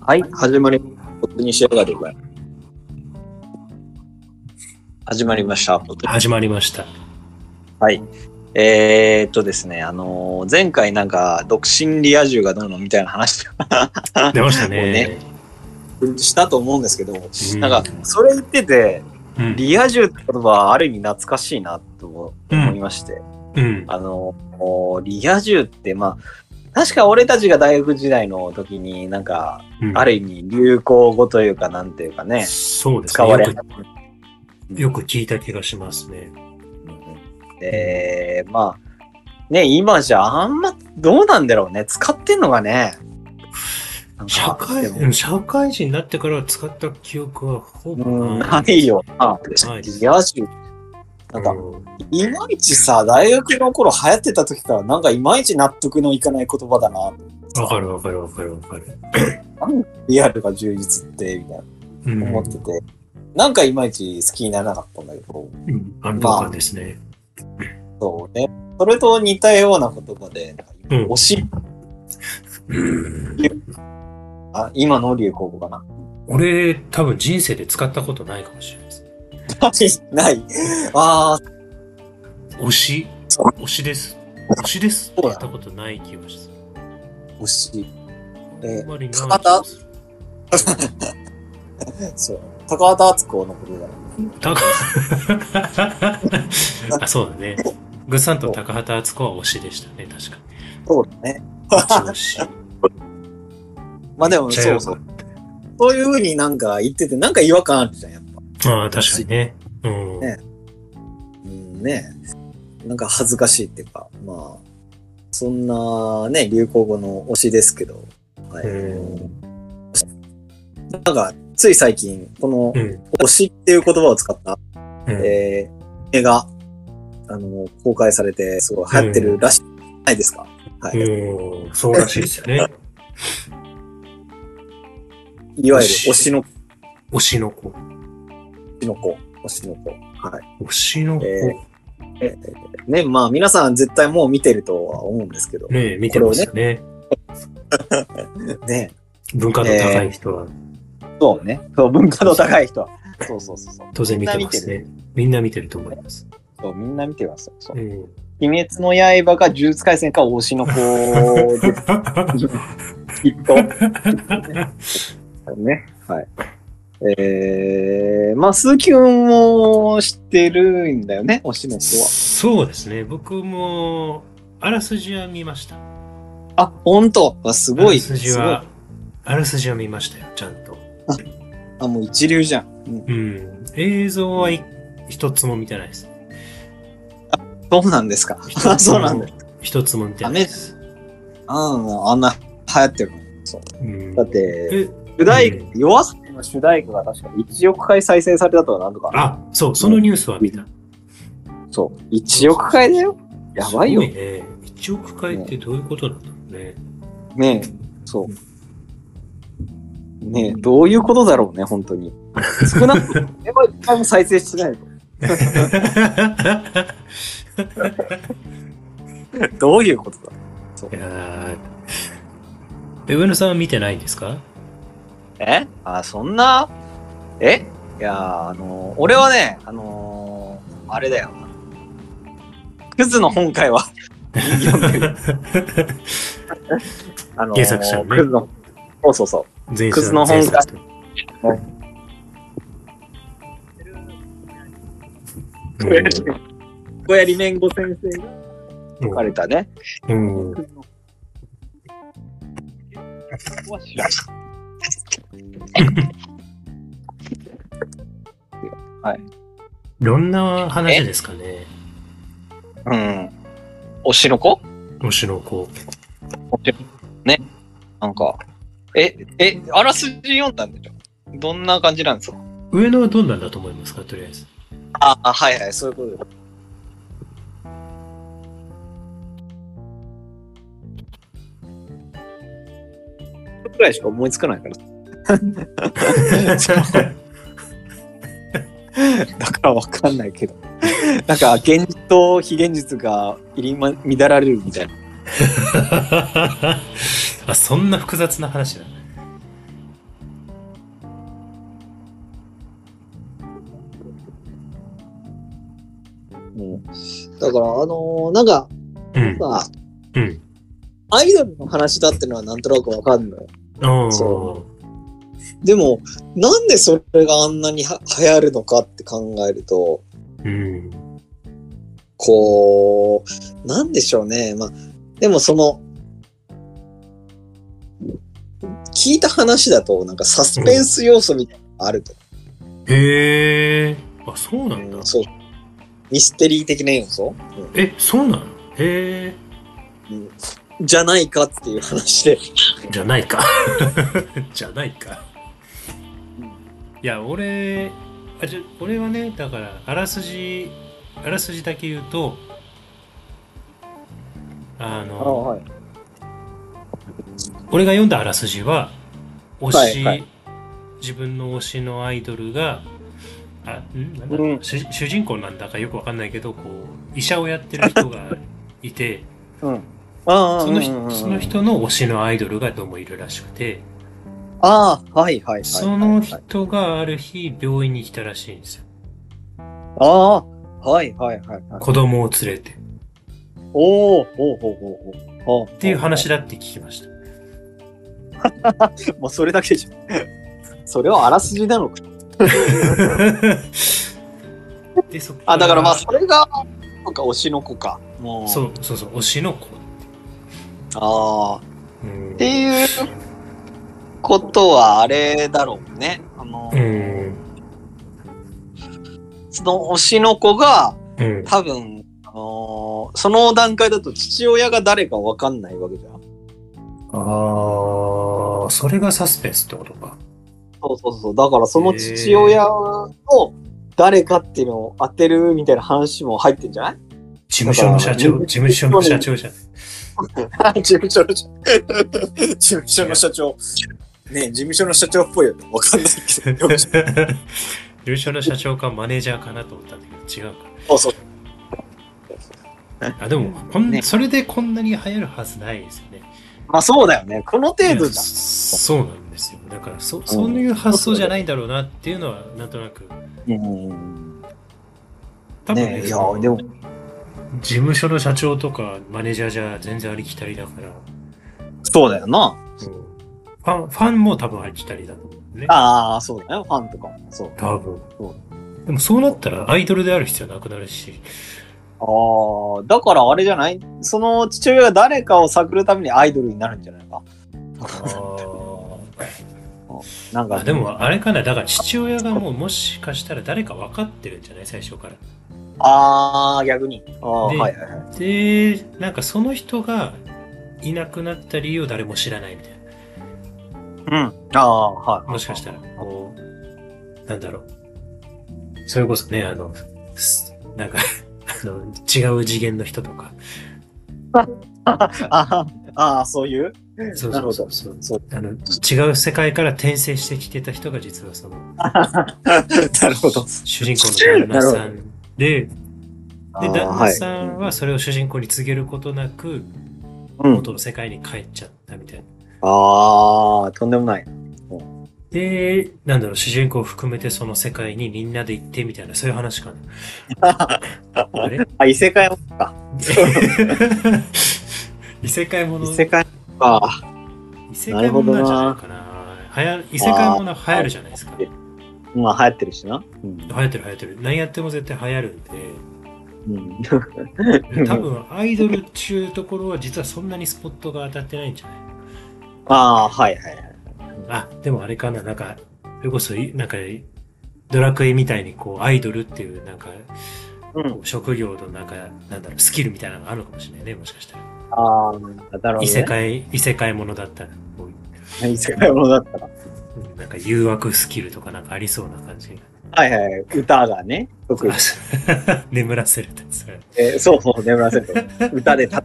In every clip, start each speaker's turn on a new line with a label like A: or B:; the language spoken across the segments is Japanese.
A: はい、始まり、ポッドにしやがれば。始まりました。ポッド
B: 始まりました。
A: はい。えー、っとですね、あのー前回なんか、独身リア充がどうのみたいな話
B: 出ました
A: もう
B: ね
A: ね。したと思うんですけど、
B: う
A: なんか、それ言ってて、
B: うん
A: リア充って言葉はある意味懐かしいなと思いまして、
B: うん
A: あのーリア充って、まあ、確か俺たちが大学時代の時に、なんか、
B: うん
A: ある意味流行語というか、なんていうかね、
B: そうです
A: 使
B: ね。
A: わ
B: よ
A: れた
B: くよく聞いた気がしますね。
A: で、まあ、ね、今じゃあんま、どうなんだろうね。使ってんのがね。なんか
B: 社会
A: でも
B: うん社会人になってからは使った記憶はほ
A: う
B: ぼ
A: ん
B: な。
A: ないいよな。
B: ないです
A: リア充。なんか、いまいちさ、大学の頃流行ってた時から、なんかいまいち納得のいかない言葉だな。
B: わかるわかるわかるわかる。
A: リアルが充実って、みたいな
B: うん
A: 思ってて。なんかいまいち好きにならなかったんだけど、
B: うん安堵感ですね。
A: そうね。それと似たような言葉で、
B: うん
A: 推し、
B: うん
A: あ、今の流行語かな。
B: 俺、多分人生で使ったことないかもしれないです。
A: ない。ああ、
B: 推し、
A: そう
B: 推しです。推しです。
A: そ
B: 使
A: うだ
B: ったことない気がする。
A: 推し。え
B: あんまりない
A: 高田
B: 気がする
A: そう。高畑敦子のことだよね。
B: 高あそうだね。グッサンと高畑敦子は推しでしたね、確か
A: そうだね。
B: に。推し。
A: まあでも、
B: めっちゃ
A: そ
B: よ
A: う
B: か
A: そ
B: っ
A: う。そういうふうになんか言ってて、なんか違和感あるじゃん、やっぱ。
B: たああ、確かにね。うん。
A: ねうんね。なんか恥ずかしいっていうか、まあ、そんなね、流行語の推しですけど、はい
B: うん
A: なんか、つい最近、この
B: うん。
A: 推しっていう言葉を使った、
B: うん
A: えー映画、あの、公開されて、すごい流行ってるらしい、ないですかはい。
B: うんそうらしいですよね。
A: いわゆる推しの
B: 推しの子。
A: 推しの子、推しの子。はい。
B: 推しの子。
A: えね、まあ皆さん絶対もう見てるとは思うんですけど、ね、
B: ねえ見てますよね。文化の高い人は
A: そうね、そう文化の高い人は、そうそうそうそう、
B: 当然見てますね。みんな見てると思います。
A: そうみんな見てますよ。そう
B: うん。
A: 鬼滅の刃か呪術廻戦か推しの子ですきっと ね。はい。えー、まあ、鈴木くんも知ってるんだよね、推しの子 は。
B: そうですね。僕も、あらすじは見ました。
A: あ、ほんとあすご
B: あら
A: い。
B: すじ
A: すごい。
B: は、あらすじは見ましたよ、ちゃんと。
A: あ、もう一流じゃん。うん、
B: うん。映像はい一つも見てないです。
A: そうなんですか。
B: 一つ
A: そう
B: も
A: なんだ。
B: 一つも見てないです。
A: あん、あんな流行ってるの。そう
B: うん
A: だって、
B: え、
A: 主題
B: うん
A: 歌、夜遊びの主題歌が確か1億回再生されたとかなんとか。
B: あ、そう、そのニュースは見た。
A: そう。1億回だよ。やばいよ
B: す。ごね。1億回ってどういうことなんだろうね。
A: ねえ。そう。ねえ、どういうことだろうね、本当に。少なく とも、これは一回も再生してない。どういうことだ
B: いやーえ上野さんは見てないんですか
A: えあ、そんなえいやー、あのー俺はね、あのーあれだよ。クズの本会 は読んでる。あのー
B: 原作者のね
A: クズの、そうそうそう。
B: 前
A: クズの本が小
B: うん
A: 槍小槍めんご先生が書かれたね。
B: うん
A: ここは知らん
B: どんな話ですかね
A: うん。推しの子
B: 推しの子。
A: ね。なんか。え、え、あらすじ読んだんでしょどんな感じなんですか
B: 上野はどんなんだと思いますかとりあえ ず。
A: ああ、はいはい、そういうことです。くらいしか思いつかないから。だからわかんないけど。 なんか、現実と非現実が入りま乱られるみたいな。
B: あそんな複雑な話だ。
C: だから、あのーなんか、
B: うん。
C: まあ、
B: うん。
C: アイドルの話だってのはなんとなくわかんない。
B: お
C: そ
B: ー。
C: でも、なんでそれがあんなには流行るのかって考えると、
B: うん。
C: こう、なんでしょうね。まあ、でもその、聞いた話だと、なんかサスペンス要素みたいなのがあると。
B: へえ。あ、そうなんだ
C: うん。そう。ミステリー的な要素、
B: え、そうなのへえ。
C: うん、じゃないかっていう話で。
B: じゃないか。 じゃないか。いや、俺、あじゃ俺はね、だから、あらすじ、あらすじだけ言うと、あの、
C: い。
B: 俺が読んだあらすじは推し、
C: はいは
B: 自分の推しのアイドルがあんなんだ、
A: うん
B: 主主人公なんだかよくわかんないけどこう医者をやってる人がいて
A: あ
B: その人
A: うんうんうん
B: その人の推しのアイドルがどうもいるらしくて
A: ああ、はいはいはいはいはい。
B: その人がある日病院に来たらしいんですよ
A: ああ、はいはいはいはい。
B: 子供を連れて
A: おお、ほうほうほうほう。っ
B: っていう話だって聞きま した
A: もうそれだけじゃん。 それはあらすじなのか。
B: でそっ
A: あ、だからまあ、それが、なんか推しの子か。もう。
B: そうそうそう推しの子、
A: ああ。
B: うん
A: っていうことは、あれだろうね。あの、
B: うん
A: その推しの子が、
B: うん
A: 多分、あのーその段階だと父親が誰かわかんないわけじゃん。
B: ああ、それがサスペンスってことか。
A: そうそうそう。だからその父親を誰かっていうのを当てるみたいな話も入ってんじゃない
B: 事務所の社長、
A: だから
B: 事務所の社長じゃな
C: 事
B: い。
C: 務所の社長。事務所の社長。ねえ事務所の社長っぽいよね。わかんないけど。
B: 事務所の社長かマネージャーかなと思ったんだけど、違う
C: そうそう。
B: か。あ、でもこん、
A: ね
B: それでこんなに流行るはずないですよね。
A: まあそうだよね。この程度
B: いや
A: じゃん。
B: そそうなんですよ。だからそ、そういう発想じゃないんだろうなっていうのは、なんとなく。
A: うん。
B: 多分ね、
A: ねえいや、でも、
B: 事務所の社長とかマネージャーじゃ全然ありきたりだから、うん
A: そうだよな。
B: ファンファンも多分ありきたりだと思うね。
A: ああ、そうだよ。ファンとかも。そう。
B: 多分
A: そ
B: でもそうなったらアイドルである必要なくなる し
A: ああ、だからあれじゃないその父親が誰かを探るためにアイドルになるんじゃないか。なんか、
B: あでもあれかなだから父親がもうもしかしたら誰か分かってるんじゃない最初から
A: ああ、逆に。ああ、は
B: で
A: いはいはい。
B: でなんかその人がいなくなった理由を誰も知らないみたい
A: うん。ああ、はい。
B: なもしかしたらこうなんだろうそれこそねあのすなんか あの違う次元の人とか
A: ああ、ああ、そういう
B: そう
A: なる
B: そう
A: ほど
B: そう
A: そう。
B: あの違う世界から転生してきてた人が実はその
A: なるほど。
B: 主人公の旦那さんで、で、
A: あー
B: 旦那さん
A: はい
B: はそれを主人公に告げることなく、
A: うん、
B: 元の世界に帰っちゃったみたいな。
A: ああ、とんでもない。
B: で、なんだろう、主人公を含めてその世界にみんなで行ってみたいな、そういう話かな。 あれ
A: あ、異世界ものか。
B: 異世界もの、
A: 異
B: 異
A: 世界ものか。
B: 世界ものなんじゃないかな。はや異世界もの流行るじゃないですか。流
A: まあ、流行ってるしな。うん。
B: 行ってる流行ってる。何やっても絶対流行るんで、
A: うん、
B: 多分アイドルっていうところは実はそんなにスポットが当たってないんじゃない
A: ああ、はいはいはい。
B: あ、でもあれかな、なんか、それこそい、なんか、ドラクエみたいに、こう、アイドルっていう、なんか、
A: うん
B: こ。う職業の、なんか、なんだろう、スキルみたいなのがあるのかもしれないね、もしかしたら。
A: ああ、なるほど、ね。
B: 異世界、異世界ものだったら、こう
A: 異世界ものだったら。
B: うんなんか、誘惑スキルとかなんかありそうな感じが。
A: はいはい。歌がね、特に
B: あ。そう 眠らせるって、それ。
A: えーそうそう、眠らせると。歌で 戦う。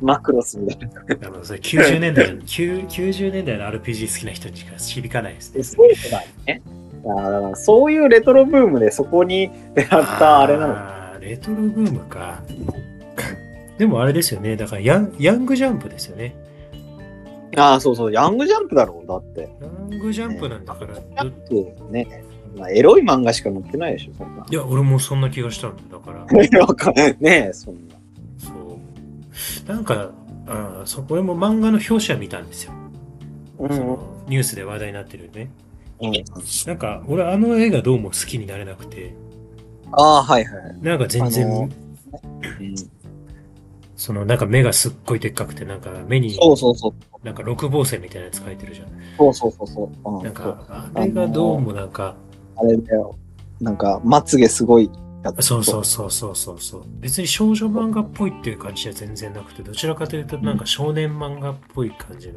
A: マクロスみたいな。
B: あの、それ90年代の、9 90年代の RPG 好きな人にしか響かないですね。
A: そういうことだよね。あーだからそういうレトロブームでそこに出会ったあれなの。
B: のレトロブームか。でもあれですよね、だからヤン、ヤングジャンプですよね。
A: ああ、そうそう、ヤングジャンプだろう、だって。
B: ヤングジャンプなんだから、ど
A: そうね。んなエロい漫画しか載ってないでしょ、そんな。
B: いや、俺もそんな気がしたんだだから。
A: わかんないねえ、そんな。
B: そう。なんか、あーそこれも漫画の表紙は見たんですよ。
A: う
B: そ
A: ん。
B: のニュースで話題になってるね。
A: うん、
B: なんか、俺あの映画どうも好きになれなくて、
A: ああ、はいはい。
B: なんか全然、
A: あのうん
B: そのなんか目がすっごいでっかくて、なんか目に
A: そうそうそう。
B: なんか六芒星みたいなやつ描いてるじゃん。
A: そうそうそうそう。うん、
B: なん
A: そう
B: か、あれがどうもなんか、
A: あれだよ。なんか、まつげすごいやつ。
B: そうそうそうそうそうそう。別に少女漫画っぽいっていう感じは全然なくて、どちらかというとなんか少年漫画っぽい感じの。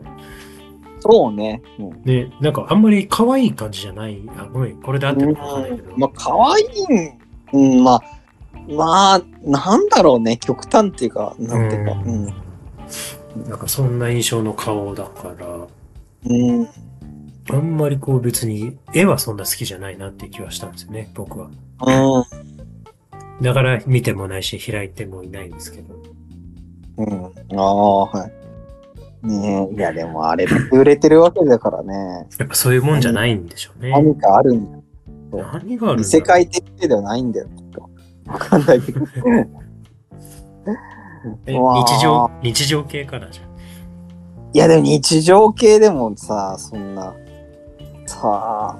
A: そうね。うん
B: で、なんかあんまり可愛い感じじゃない。あ、ごめん、これで合ってるかわかんないけど。
A: まあ、可愛いん、うん、まあ、まあ、なんだろうね、極端っていうか、なんていうか、うん。
B: なんかそんな印象の顔だから、
A: うん、
B: あんまりこう別に絵はそんな好きじゃないなっていう気はしたんですよね、僕は。だから見てもないし、開いてもいないんですけど。
A: うん、うん、ああ、はい。ねえ、いや、でもあれ、売れてるわけだからね、
B: やっぱそういうもんじゃないんでしょうね。
A: 何かあるんだよ。
B: 何があるんだろう
A: 異世界的ではないんだよ、きっと。わかんないけど。
B: え
A: うわー
B: 日常、日常系からじゃん。
A: いや、でも日常系でもさ、そんな、さ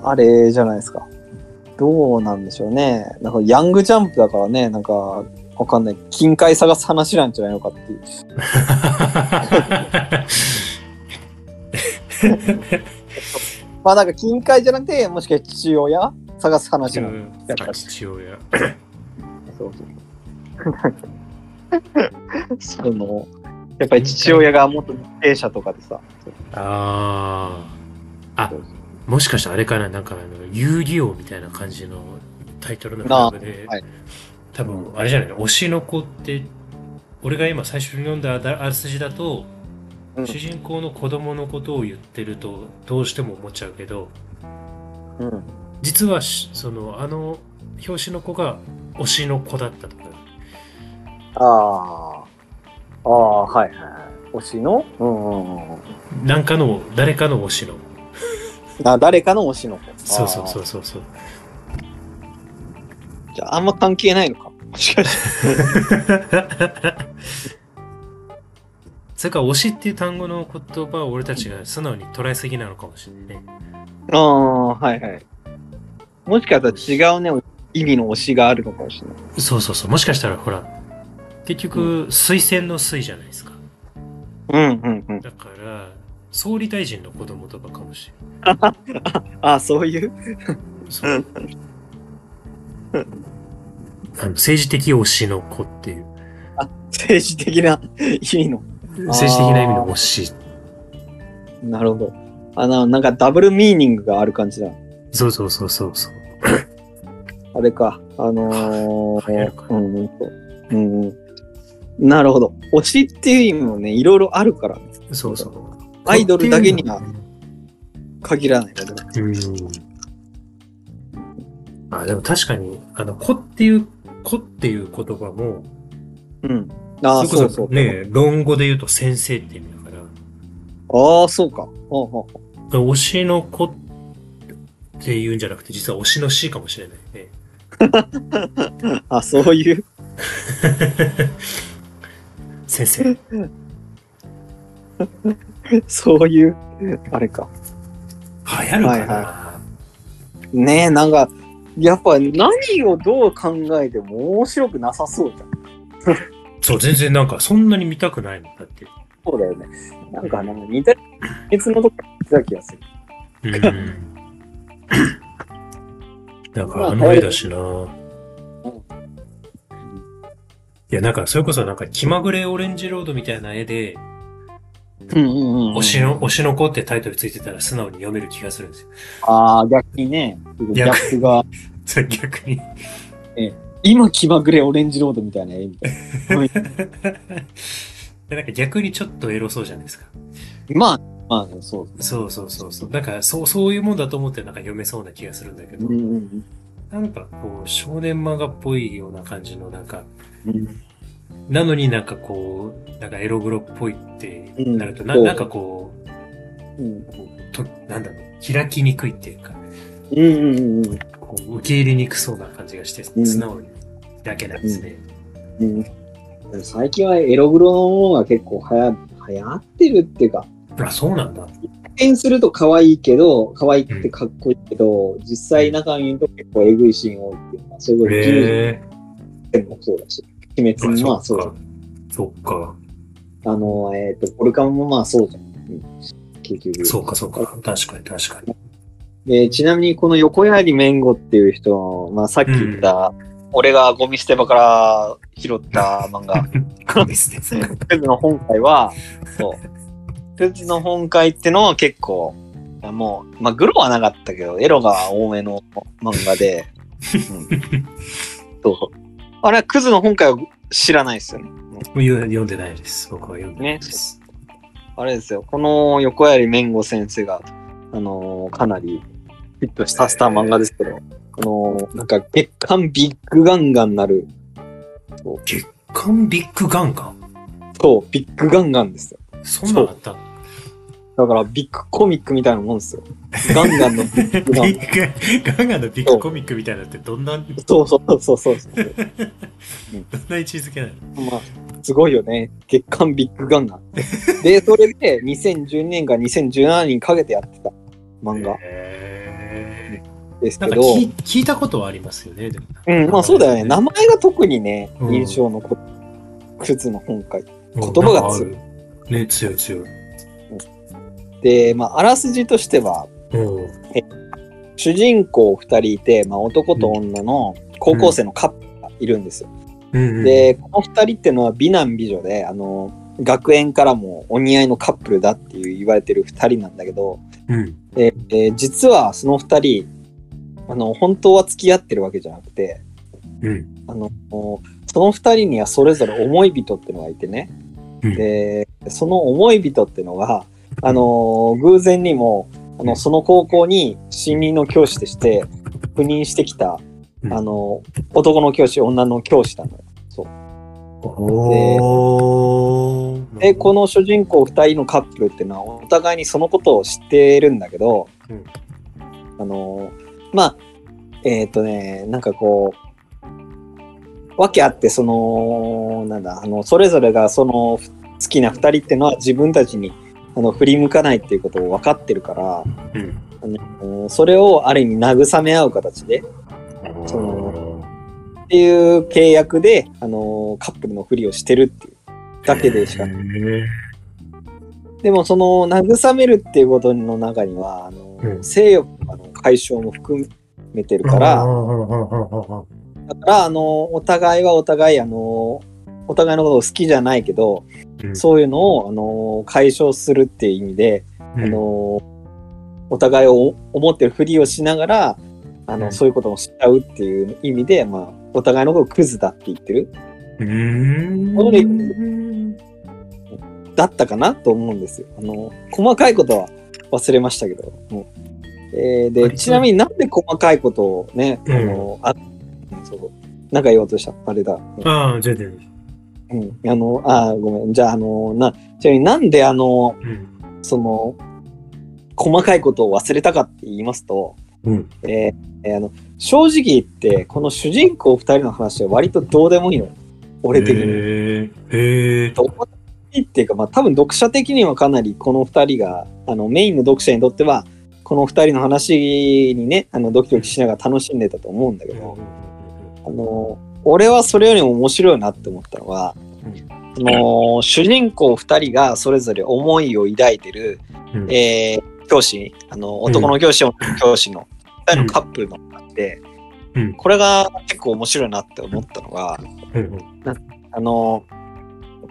A: あ、あれじゃないですか。どうなんでしょうね。なんか、ヤングジャンプだからね、なんか、わかんない。近海探す話なんじゃないのかっていう。 まあ、なんか、近海じゃなくて、もしかして父親探す話
B: 父
A: なの。
B: 親父親。
A: そうそう。 その、やっぱり父親が元自転車とかでさ、
B: ああ。あ、もしかしてあれかな、なんかあの、遊戯王みたいな感じのタイトルの
A: あ
B: ラブで、
A: はい
B: 多分あれじゃないの、推しの子って、俺が今最初に読んだあらあらすじだと、
A: うん
B: 主人公の子供のことを言ってるとどうしても思っちゃうけど、
A: うん。
B: 実はしその、あの、表紙の子が推しの子だったとか、
A: ああ。ああ、はいはい。推しのうんうんうんうん。
B: なんかの、誰かの推しの子
A: あ誰かの推しの子。。
B: そうそうそううそうそう。
A: じゃあ、あんま関係ないのか。もしかして。
B: それから推しっていう単語の言葉を俺たちが素直に捉えすぎなのかもしれないね。
A: ああ、はいはい。もしかしたら違うね、意味の推しがあるのかもしれない。
B: そうそうそう。もしかしたらほら、結局、推薦の推じゃないですか。
A: うんうんうん。
B: だから、総理大臣の子供とかかもしれ
A: ああ、そういう
B: ない。そう。あの政治的推しの子っていう。
A: 政治的な 意味の。
B: 政治的な意味の推し。
A: なるほど。あの、なんかダブルミーニングがある感じだ。
B: そうそうそうそうそう。
A: あれか。あの
B: 流行
A: ー
B: るか、
A: うんうんと。うんうん。なるほど。推しっていう意味もね、いろいろあるから、
B: そうそう。
A: アイドルだけには限らない。
B: うん。あ、でも確かに、あの、子っていう、子っていう言葉も、
A: うん。ああ、
B: れこ
A: そうそう。
B: ね、論語で言うと先生って意味だから、
A: ああ、そうか。ほうほう
B: 推しの子って言うんじゃなくて、実は推しの死かもしれないね。
A: あ、そういう。
B: 先生。
A: そういう、あれか。
B: 流行るかな、
A: はいねえ、なんか、やっぱ何をどう考えても面白くなさそうじゃん。
B: そう、全然なんかそんなに見たくないもんだって。
A: そうだよね。なんか、なんか似た、別のとこ見た気がす
B: う
A: る。
B: ん。なんかあの絵だしな。いや、なんか、それこそなんか、気まぐれオレンジロードみたいな絵で、
A: うんうんう
B: 推しの、推しの子ってタイトルついてたら素直に読める気がするんですよ。
A: ああ、逆にね、ギャップが、
B: それ逆に。
A: 今気まぐれオレンジロードみたいな絵みたいな。
B: でなんか逆にちょっとエロそうじゃないですか。
A: まあ、まあ、そう。
B: そうそうそうそう。なんかそうそういうもんだと思ってなんか読めそうな気がするんだけど、
A: うんうん
B: なんかこう少年漫画っぽいような感じのなんか、
A: うん。
B: なのになんかこう、なんかエログロっぽいってなると、
A: うん
B: な
A: そう
B: なんかこ
A: うん
B: う、こうとなんだろう、開きにくいっていうか、
A: うんうんうんう
B: こ
A: ん。
B: こう受け入れにくそうな感じがして、
A: うん
B: 素直に開けないですね。
A: うん、最近はエログロのものが結構はや流行ってるっていうか、
B: あ、そうなんだ。
A: 一見すると可愛いけど、可愛くてかっこいいけど、実際中身と結構エグいシーン多いっていうのは、それこそ10
B: へえ
A: 点もそうだし、鬼滅もまあ
B: あ、
A: そ
B: そうっ
A: じゃ
B: か。そっか。
A: ん。あの、えっ、と、ポルカムもまあそうじゃん。うん結局。
B: そうか、そうか。確かに、確かに。
A: でちなみにこの横槍メンゴっていう人の、まあ、さっき言った、俺がゴミ捨て場から拾った漫画、
B: 神ですね。
A: フェズの本会は、そう。フェズの本会ってのは結構、いやもう、まあ、グロはなかったけど、エロが多めの漫画で、うん、そうあれはクズの本会は知らないですよね。
B: 読読んでないです。僕は読んでないです。
A: あれですよ、この横槍めんご先生が、あのーかなりヒットしたスター漫画ですけど、この、なんか月刊ビッグガンガンなる、
B: カンビッグガンか。
A: そう、ビッグガンガンですよ。
B: そんなのあった
A: だからビッグコミックみたいなもんですよ。ガンガンのビッグガン
B: ビ。ッグガンガンのビッグコミックみたいなのってどんな、どん
A: そうそうそうそうそう。
B: な位置づけなの
A: まあ、すごいよね。月刊ビッグガンが。で、それで2012年から2017年にかけてやってた漫画
B: へー
A: です
B: な
A: け
B: んか
A: ど、
B: 聞聞いたことはありますよね、でも。
A: うん、まあそうだよね。名前が特にね、
B: うん
A: 印象のこクズの本会。
B: うん
A: 言葉が強い
B: なんかあるね、強い強い。
A: で、まあ、あらすじとしては、
B: うん。
A: 主人公2人いて、まあ、男と女の高校生のカップルがいるんですよ。
B: うんうん、
A: で、この2人ってのは美男美女で、あの、学園からもお似合いのカップルだっていう言われてる2人なんだけど、
B: うん。
A: でえー実はその二人あの本当は付き合ってるわけじゃなくて
B: うん。
A: あのその二人にはそれぞれ思い人ってのがいてね、
B: うん
A: でその思い人ってのがあの偶然にもあのその高校に新任の教師として赴任してきた、
B: うん
A: あの男の教師女の教師なのよ。
B: おー
A: でこの主人公二人のカップルっていうのはお互いにそのことを知ってるんだけど、
B: うん
A: あのまあえっ、とねなんかこう訳あってそのなんだあのそれぞれがその好きな二人ってのは自分たちにあの振り向かないっていうことを分かってるから、
B: うん。
A: あのそれをある意味慰め合う形でそのっていう契約で、あのカップルのふりをしてるっていうだけでしか
B: へー
A: でもその慰めるっていうことの中にはあの、
B: うん
A: 性欲の解消も含めてるから、
B: あーあーあーあー
A: だからあのお互いはお互いあのお互いのことを好きじゃないけど、
B: うん
A: そういうのをあの解消するっていう意味で、
B: うん
A: あのお互いを思ってるふりをしながらあの、
B: うん
A: そういうこともしちゃうっていう意味で、まあ、お互いのことをクズだって言ってる
B: うーん
A: このレだったかなと思うんですよ。あの細かいことは忘れましたけど。もうえー
B: あ
A: で
B: りそう
A: ちなみになんで細かいことをね、あのあそうなんか言おうとしたあれだ。
B: ああ、全然。
A: うん、あのあーごめんじゃああのなちなみになんであの
B: うん。
A: その細かいことを忘れたかって言いますと、
B: うん。
A: えーえーあの正直言ってこの主人公2人の話は割とどうでもいいの俺的に。
B: へえ。へえ。
A: 友達っていうか、まあ、多分読者的にはかなりこの2人があのメインの読者にとってはこの2人の話にねあのドキドキしながら楽しんでたと思うんだけど、あの俺はそれよりも面白いなって思ったのは、その主人公2人がそれぞれ思いを抱いてる、
B: うん
A: えー教師あの男の教師女の教師の2人のカップルの話で、
B: うん
A: これが結構面白いなって思ったのが。
B: うん
A: あの、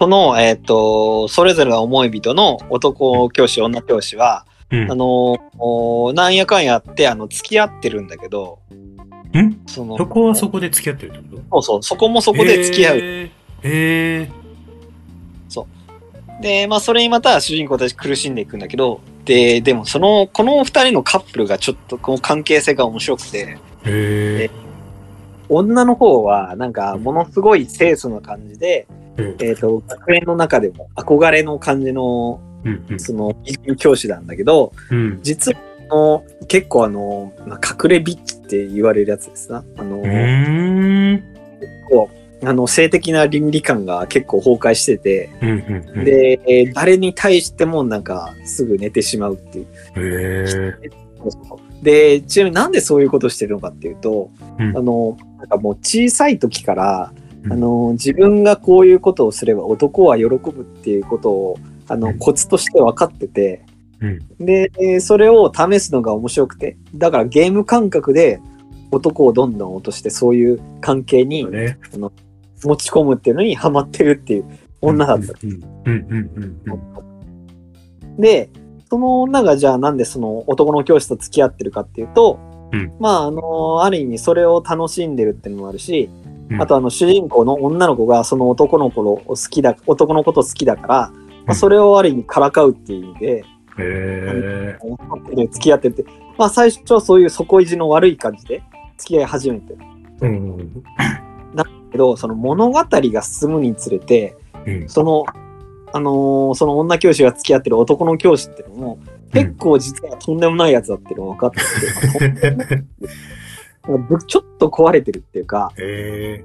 A: この、えっ、と、それぞれが思い人の男教師、女教師は、
B: うん
A: あの、おなんやかんやって、あの、付き合ってるんだけど、
B: うん
A: その、
B: そこはそこで付き合ってるってこと
A: そうそう、そこもそこで付き合う。
B: へえ。へ
A: で、まあ、それにまた主人公たち苦しんでいくんだけど、で、でも、その、この二人のカップルがちょっと、この関係性が面白くて、
B: え。へえ。
A: 女の方は、なんか、ものすごい清楚な感じで、
B: うん
A: えっ、と、学園の中でも憧れの感じの、
B: うん
A: その、教師なんだけど、
B: うん。
A: 実はの結構あの、まあ隠れビッチって言われるやつですな。あの、
B: うーん。
A: あの性的な倫理観が結構崩壊してて、
B: うんうんうん、へ
A: で、えー誰に対してもなんかすぐ寝てしまうっていう。
B: え。
A: で、ちなみになんでそういうことしてるのかっていうと、
B: うん
A: あの、なんかもう小さい時から、
B: うん
A: あの、自分がこういうことをすれば男は喜ぶっていうことを、あ
B: う
A: の、
B: ん
A: コツとして分かってて、
B: うん
A: で、えーそれを試すのが面白くて、だからゲーム感覚で男をどんどん落として、そういう関係に
B: そうね。
A: 持ち込むっていうのにハマってるっていう女だった。
B: うんうんうんうんうん。
A: で、その女がじゃあなんでその男の教師と付き合ってるかっていうと、
B: うん
A: まああの、ある意味それを楽しんでるっていうのもあるし、
B: うん
A: あとあの主人公の女の子がその男の子を好きだ、男のこと好きだから、まあそれをある意味からかうっていう意味で、
B: へえ。
A: で付き合ってて、まあ最初はそういう底意地の悪い感じで付き合い始めてる
B: うんうん
A: けど、その物語が進むにつれて、
B: うん。
A: その、あのーその女教師が付き合ってる男の教師ってのも、結構実はとんでもないやつだっていうのが分かってて、 ぶちょっと壊れてるっていうか、
B: へえ。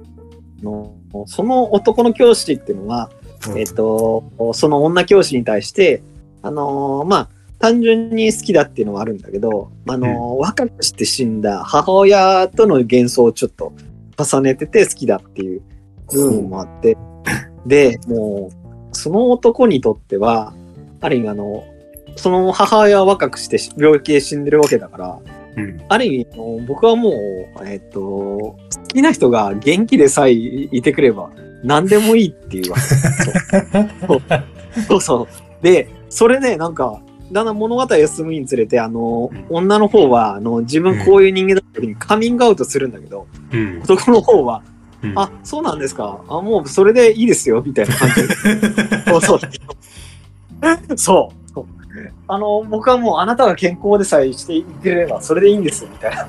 A: あのその男の教師っていうのは、
B: うん
A: えっ、と、その女教師に対して、あのーまあ、単純に好きだっていうのはあるんだけど、あのー若くして死んだ母親との幻想をちょっと重ねてて好きだっていう部分も あって、で、もう、その男にとっては、ある意味あの、その母親は若くしてし病気で死んでるわけだから、
B: うん。
A: ある意味、あの僕はもう、えっと、好きな人が元気でさえいてくれば、何でもいいっていうわ け。そうそう。で、それで、なんか、だんだん物語が進むにつれて、あの
B: うん、
A: 女の方は、あの、自分こういう人間だって時にカミングアウトするんだけど、
B: うん。
A: 男の方は、
B: うん
A: あ、そうなんですか。あ、もうそれでいいですよ、みたいな感じ で。そうそう。そう。 そうあの、僕はもうあなたが健康でさえしていければそれでいいんですよ、み たいな。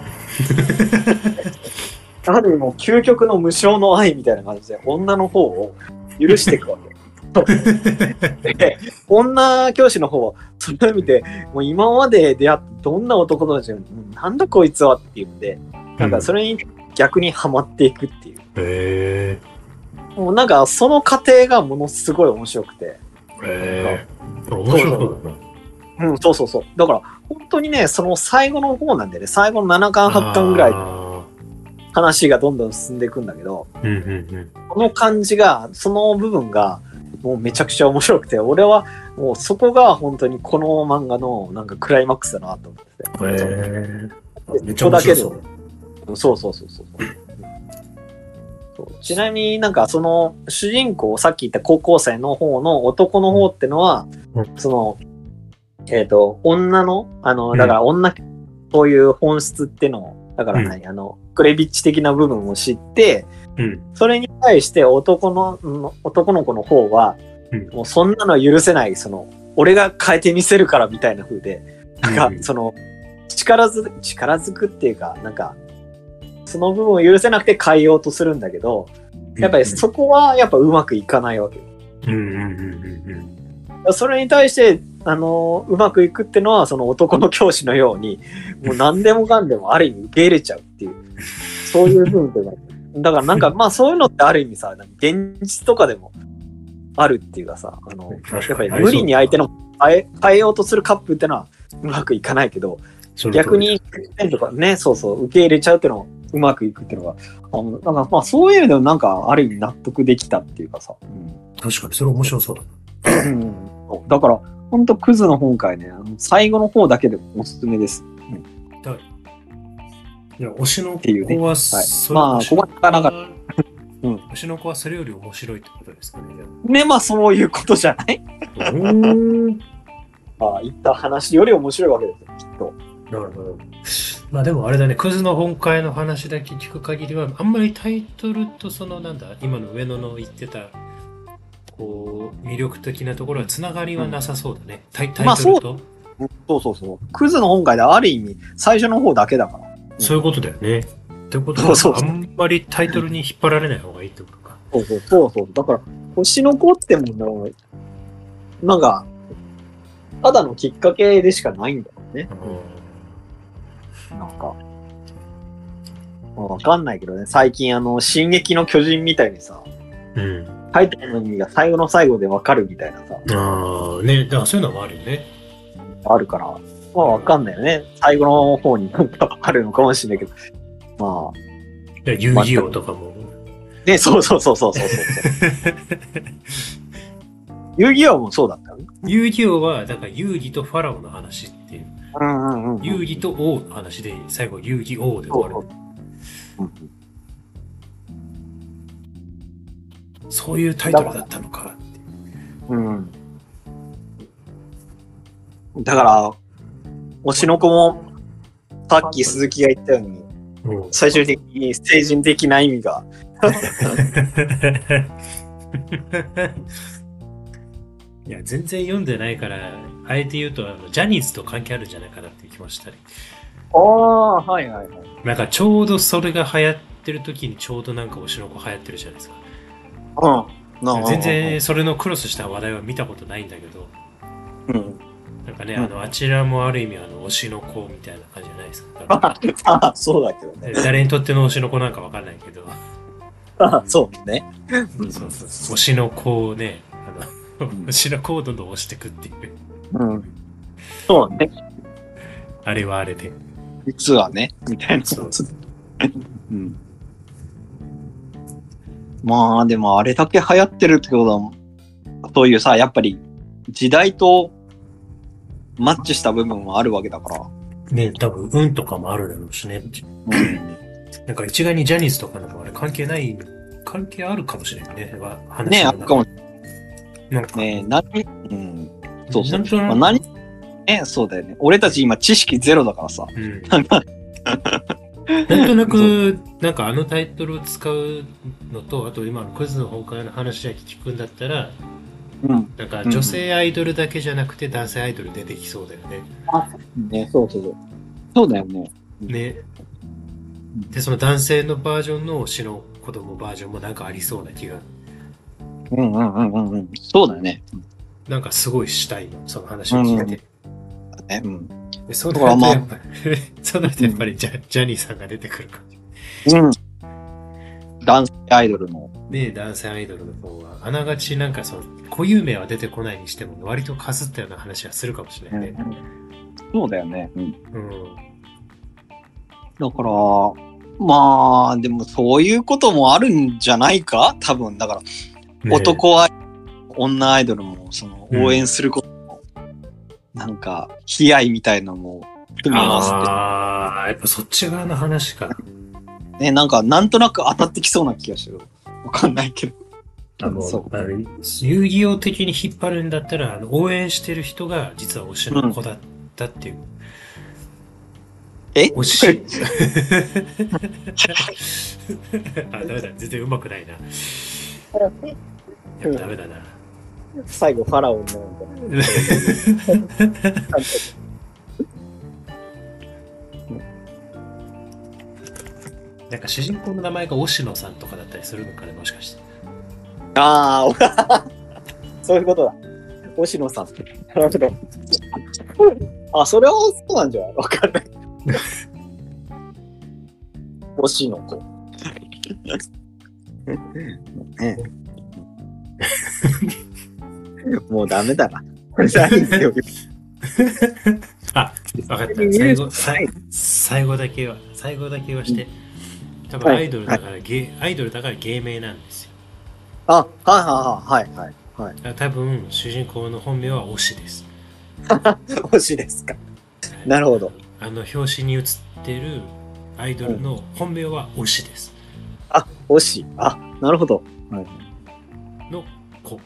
A: ある意味もう究極の無償の愛みたいな感じで女の方を許していくわけ。 で女教師の方はそれを見てもう今まで出会ったどんな男たちがうんなんだこいつはって言ってなんかそれに逆にはまっていくっていう
B: へえ。
A: もうなんかその過程がものすごい面白くて
B: へえ。面白そうだな。
A: うんそうそうそうだから本当にねその最後の方なんでね最後の7巻8巻ぐらい
B: あ
A: 話がどんどん進んでいくんだけど
B: ーうんうんうん。
A: この感じがその部分がもうめちゃくちゃ面白くて俺はもうそこが本当にこの漫画のなんかクライマックスだなと思ってて、
B: へえ。めっちゃ面
A: ここだ
B: 白
A: けで
B: そう。
A: そうそうそうそうそうちなみになんかその主人公さっき言った高校生の方の男の方ってのは、
B: うん
A: そのえっ、と女のあ
B: う
A: の
B: ん
A: だから女、そういう本質ってのをだから何、あのクレビッチ的な部分を知って
B: うん。
A: それに対して男のうん男の子の方は、
B: うん
A: もうそんなの許せないその俺が変えてみせるからみたいな風でな
B: うんん
A: か、その、力ず、力ずくっていうか、なんか、その部分を許せなくて変えようとするんだけど、やっぱりそこはやっぱうまくいかないわけ。
B: うんうんうんうん
A: それに対して、あの、うまくいくってのは、その男の教師のように、もう何でもかんでもある意味受け入れちゃうっていう、そういう部分でもだか らなんか、まあそういうのってある意味さ、なんか現実とかでもあるっていうかさ、あの
B: うん。、確
A: やっぱ
B: か
A: り無理に相手
B: の
A: の変え変えようとするカップってのはうまくいかないけど、逆に、とかね、そうそう、受け入れちゃうっていうのもうまくいくっていうのが、あのなんかまあそういう意味でもなんかある意味納得できたっていうかさ、
B: 確かに、それ面白そうだ。
A: うん、だから本当クズの本回ね、あの最後の方だけでもおすすめです。
B: いや、推しの
A: ていうね
B: 子は、
A: まあ
B: それ
A: ここはなかうん
B: 推しの子はそれより面白いってことですかね。
A: ね、まあそういうことじゃない
B: うん。
A: まあ言った話より面白いわけですよ、きっと。
B: なるほど。まあでもあれだね、クズの本会の話だけ聞く限りは、あんまりタイトルとそのなんだ、今の上野の言ってた、こう、魅力的なところはつながりはなさそうだね。タイタ
A: ま
B: イ
A: あ
B: トルと、
A: そうそうそう。クズの本回である意味最初の方だけだから。
B: そういうことだよね。ってことは、
A: そうそう
B: あんまりタイトルに引っ張られない方がいいってことか。
A: そうそうそうそう。だから、星の子ってもうなんか、ただのきっかけでしかないんだよね。
B: うん
A: なんか。まあわかんないけどね、最近あの、進撃の巨人みたいにさ、
B: うん。
A: タイトルの意味が最後の最後でわかるみたいなさ、
B: ああ、ね、だからそういうのもあるよね。
A: あるから、まあわかんないよね。最後の方になんかあるのかもしれないけど。まあ、
B: で遊戯王とかも。
A: ね、そうそうそうそ うそうそう。遊戯王もそうだったよね。
B: 遊戯王は、だから遊戯とファラオの話っていう。
A: うんうんうん。
B: 遊戯と王の話で、最後遊戯王で終わる。
A: うん
B: そういうタイトルだったのか。
A: うん。だから、推しの子も、さっき鈴木が言ったように、
B: うん
A: 最終的に成人的な意味が、
B: いや、全然読んでないから、あえて言うと、あのジャニーズと関係あるんじゃないかなって気もしたり。
A: ああ、はいはいはい。
B: なんかちょうどそれが流行ってる時にちょうどなんか推しの子流行ってるじゃないですか。
A: うん。な
B: 全然、それのクロスした話題は見たことないんだけど、
A: うん。
B: なんかね、
A: うん
B: あの、あちらもある意味あの推しの子みたいな感じじゃないですか。
A: ああ、そうだけどね。
B: 誰にとっての推しの子なんかわかんないけど、
A: あそうね。
B: そうそうそう推しの子をね、あの、推しの子をどんどん推してくっていう、
A: うん。そうね。
B: あれはあれで。
A: 実はね、みたいな。
B: そう
A: うん。まあ、でもあれだけ流行ってるってことは、そういうさ、やっぱり時代とマッチした部分はあるわけだから。
B: ね、多分、運とかもあるだろうしね。 なんか一概にジャニーズとかなんかあれ関係ない、関係あるかもしれないね。は話
A: ね
B: の
A: あ
B: 中
A: るかも
B: なんか、
A: ね何、うん、そうそう。
B: なんとな
A: まあ、
B: く
A: 何、ね、そうだよね。俺たち今知識ゼロだからさ。
B: うん、なんとなく、なんかあのタイトルを使うのと、あと今のクイズの崩壊の話だけ聞くんだったら、
A: うん。
B: なんか女性アイドルだけじゃなくて男性アイドル出てきそうだよね。
A: ね、そうそうそう。そうだよね。
B: ね。で、その男性のバージョンの推しの子供バージョンもなんかありそうな気が、
A: うんうんうんうんうん。そうだよね。
B: なんかすごいしたいの、その話を聞いて。
A: ねうん。
B: でそうなるとやっぱり、そうなるとやっぱり ジャ,、ジャニーさんが出てくるか
A: うん。男性アイドルの。
B: ね男性アイドルの方は、あながちなんかその、固有名は出てこないにしても、割とかすったような話はするかもしれないね。
A: そうだよね。うん。
B: うん。
A: だから、まあ、でもそういうこともあるんじゃないか多分、だから、
B: ね
A: 男アイ女アイドルも、そ
B: う
A: の、
B: ん
A: 応援することも、なんか、悲哀みたいなのも、組み合わ
B: ああ、やっぱそっち側の話か。
A: せて、ね、なんか、なんとなく当たってきそうな気がする。わかんないけど。
B: あの、
A: そう
B: あの遊戯王的に引っ張るんだったら、あの応援してる人が実は推しの子だったっていう。
A: え
B: 推し。 あ、ダメだ。全然うまくないな。やっぱダメだな。
A: 最後、ファラオになるんだ。
B: なんか主人公の名前が押野さんとかだったりするのかね、もしかして。
A: ああ、 そういうことだ。星野さん。なるほど。あ、それはそうなんじゃないわかんない。 星野子。ね えもうダメだな。これ大丈夫
B: あ、わかった。最後、さい最後だけは、最後だけはして。多分
A: はい
B: アイドルだから、ゲーアイドルだから芸名なんですよ。
A: あ、はいはいはいはいはい。
B: だから多分、主人公の本名は推しです。
A: 星ですか。なるほど。
B: あの、表紙に写ってるアイドルの本名は推しです。
A: あ、星。あ、なるほど。はい、
B: の子。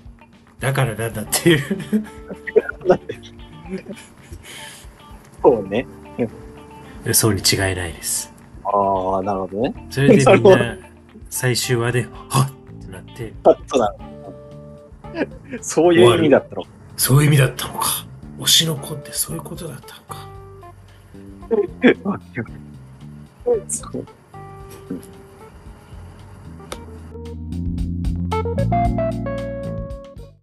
B: だからなんだっていう。
A: そうね。
B: そうに違いないです。
A: ああ、なるほどね。
B: それでみん
A: な
B: な最終話で、はっってなって、
A: パッとなる。そういう意味だったの。
B: そういう意味だったのか。推しの子ってそういうことだったのか。
A: そう